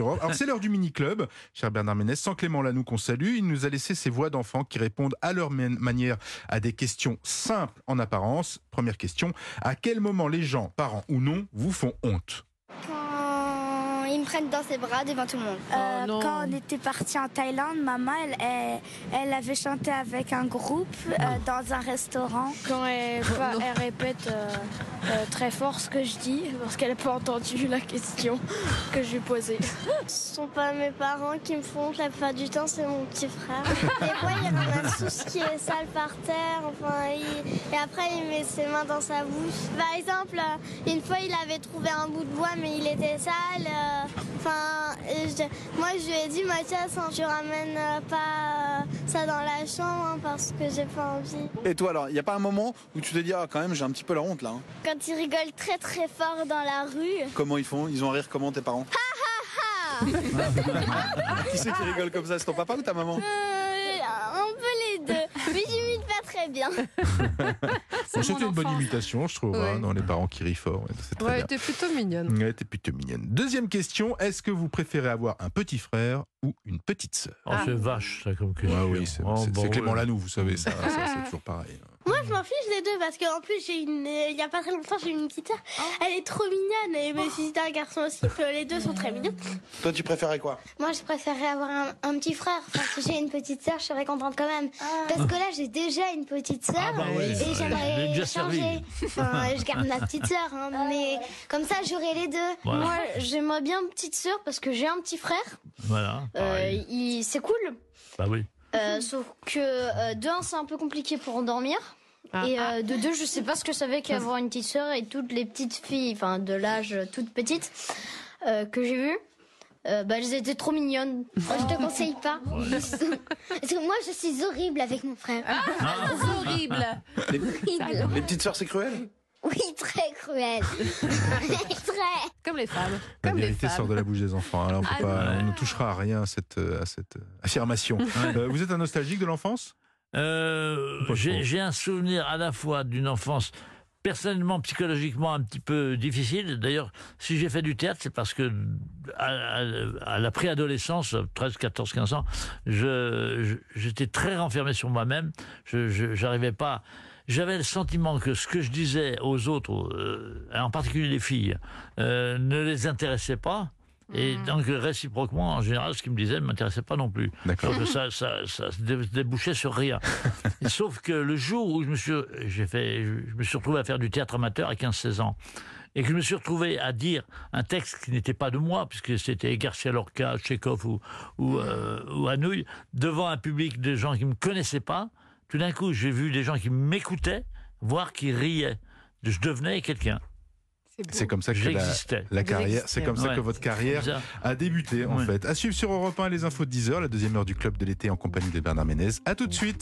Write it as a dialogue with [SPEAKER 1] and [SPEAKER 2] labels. [SPEAKER 1] Europe. Alors c'est l'heure du mini-club, cher Bernard Ménès, sans Clément Lanoux qu'on salue. Il nous a laissé ses voix d'enfants qui répondent à leur man- manière à des questions simples en apparence. Première question, à quel moment les gens, parents ou non, vous font honte
[SPEAKER 2] Quand ils me prennent dans ses bras devant tout le monde.
[SPEAKER 3] Euh,
[SPEAKER 4] Oh non.
[SPEAKER 3] quand on était parti en Thaïlande, maman, elle, elle, elle avait chanté avec un groupe euh, dans un restaurant.
[SPEAKER 5] Ah. Quand elle, pas- elle répète euh, euh, très fort ce que je dis, parce qu'elle n'a pas entendu la question que je lui posais.
[SPEAKER 2] Ce sont pas mes parents qui me font honte la plupart du temps, c'est mon petit frère. Des fois, il ramasse tout ce qui est sale par terre, enfin, il- et après, il met ses mains dans sa bouche. Par exemple, euh, une fois, il avait trouvé un bout de bois, mais il était sale. euh, Enfin, et je- moi, je lui ai dit, Mathias, hein, tu ramènes euh, pas euh, ça dans la chambre hein, parce que j'ai pas envie.
[SPEAKER 6] Et toi alors, il n'y a pas un moment où tu te dis ah quand même j'ai un petit peu la honte là. hein.
[SPEAKER 2] Quand il rigole très très fort dans la rue,
[SPEAKER 6] Comment ils font Ils ont un rire comment tes parents Ah, Qui c'est qui rigole comme ça C'est ton papa ou ta maman
[SPEAKER 2] un peu euh, les deux, mais j'imite pas très bien.
[SPEAKER 4] C'est
[SPEAKER 1] Bon,
[SPEAKER 4] mon
[SPEAKER 1] C'était une bonne
[SPEAKER 4] enfance.
[SPEAKER 1] imitation, je trouve,
[SPEAKER 4] Ouais.
[SPEAKER 1] hein, dans les parents qui rient fort. Ouais, C'est très
[SPEAKER 4] Ouais,
[SPEAKER 1] bien.
[SPEAKER 4] t'es plutôt mignonne.
[SPEAKER 1] Ouais, t'es plutôt mignonne. Deuxième question, est-ce que vous préférez avoir un petit frère ou une petite sœur
[SPEAKER 7] Oh, c'est vache, ça, comme question.
[SPEAKER 1] Ah oui, c'est
[SPEAKER 7] Oh,
[SPEAKER 1] c'est-
[SPEAKER 7] bah
[SPEAKER 1] c'est Clément
[SPEAKER 7] ouais.
[SPEAKER 1] Lanoux, vous savez, ça, ça, c'est toujours pareil.
[SPEAKER 2] Moi, je m'en fiche des deux parce qu'en plus, j'ai une, euh, il y a pas très longtemps, j'ai eu une petite sœur. Elle est trop mignonne et mais si c'était un garçon aussi, euh, les deux sont très mignons.
[SPEAKER 6] Toi tu préférais quoi
[SPEAKER 2] Moi, je préférerais avoir un, un petit frère. Enfin, si j'ai une petite sœur, je serais contente quand même. Parce que là, j'ai déjà une petite sœur
[SPEAKER 7] Ah bah ouais,
[SPEAKER 2] et
[SPEAKER 7] je l'ai
[SPEAKER 2] j'aimerais
[SPEAKER 7] déjà
[SPEAKER 2] changer.
[SPEAKER 7] servi.
[SPEAKER 2] Enfin, je garde ma petite sœur, hein, mais comme ça, j'aurai les deux.
[SPEAKER 7] Voilà.
[SPEAKER 2] Moi, j'aimerais bien une petite sœur parce que j'ai un petit frère. Euh,
[SPEAKER 7] Voilà. pareil.
[SPEAKER 2] c'est cool.
[SPEAKER 7] Bah oui.
[SPEAKER 2] Euh, sauf que euh, de un, c'est un peu compliqué pour endormir.
[SPEAKER 4] Ah,
[SPEAKER 2] et euh, de deux, je sais pas ce que ça veut qu'avoir une petite sœur et toutes les petites filles, enfin de l'âge euh, toutes petites euh, que j'ai vues. euh, bah, elles étaient trop mignonnes. Je te conseille pas. Parce que moi, je suis horrible avec mon frère.
[SPEAKER 4] Horrible.
[SPEAKER 6] les, les petites sœurs c'est cruel
[SPEAKER 2] Oui, très cruel. très.
[SPEAKER 4] Comme les femmes.
[SPEAKER 1] La
[SPEAKER 4] Comme les
[SPEAKER 1] vérité sort
[SPEAKER 4] femmes.
[SPEAKER 1] de la bouche des enfants. hein. Là, on, peut
[SPEAKER 4] Ah
[SPEAKER 1] pas-
[SPEAKER 7] non.
[SPEAKER 1] on ne touchera à rien à cette, euh, à cette euh, affirmation. Euh, vous êtes un nostalgique de l'enfance
[SPEAKER 7] Euh,
[SPEAKER 1] Pas trop.
[SPEAKER 7] j'ai j'ai un souvenir à la fois d'une enfance personnellement, psychologiquement un petit peu difficile. D'ailleurs, si j'ai fait du théâtre, c'est parce que à, à- à la préadolescence, 13, 14, 15 ans, je- je- j'étais très renfermé sur moi-même. Je je- j'arrivais pas. J'avais le sentiment que ce que je disais aux autres, aux- euh, en particulier les filles, euh, ne les intéressait pas. Et donc, réciproquement, en général, ce qu'ils me disaient ne m'intéressait pas non plus.
[SPEAKER 1] D'accord.
[SPEAKER 7] Donc ça, ça, ça se dé- débouchait sur rien. Sauf que le jour où je me suis, j'ai fait, je je me suis retrouvé à faire du théâtre amateur à 15-16 ans, et que je me suis retrouvé à dire un texte qui n'était pas de moi, puisque c'était Garcia Lorca, Tchekhov ou, ou, euh, ou Hanouille, devant un public de gens qui ne me connaissaient pas, tout d'un coup, j'ai vu des gens qui m'écoutaient, voire qui riaient. Je devenais quelqu'un.
[SPEAKER 1] C'est comme ça que la,
[SPEAKER 7] J'existais.
[SPEAKER 1] la carrière,
[SPEAKER 4] existez,
[SPEAKER 1] c'est comme ça
[SPEAKER 7] ouais.
[SPEAKER 1] que votre carrière
[SPEAKER 7] Bizarre.
[SPEAKER 1] a débuté en
[SPEAKER 7] Ouais.
[SPEAKER 1] fait. À suivre sur Europe 1 les infos de 10h, la deuxième heure du club de l'été en compagnie de Bernard Ménez. À tout de suite.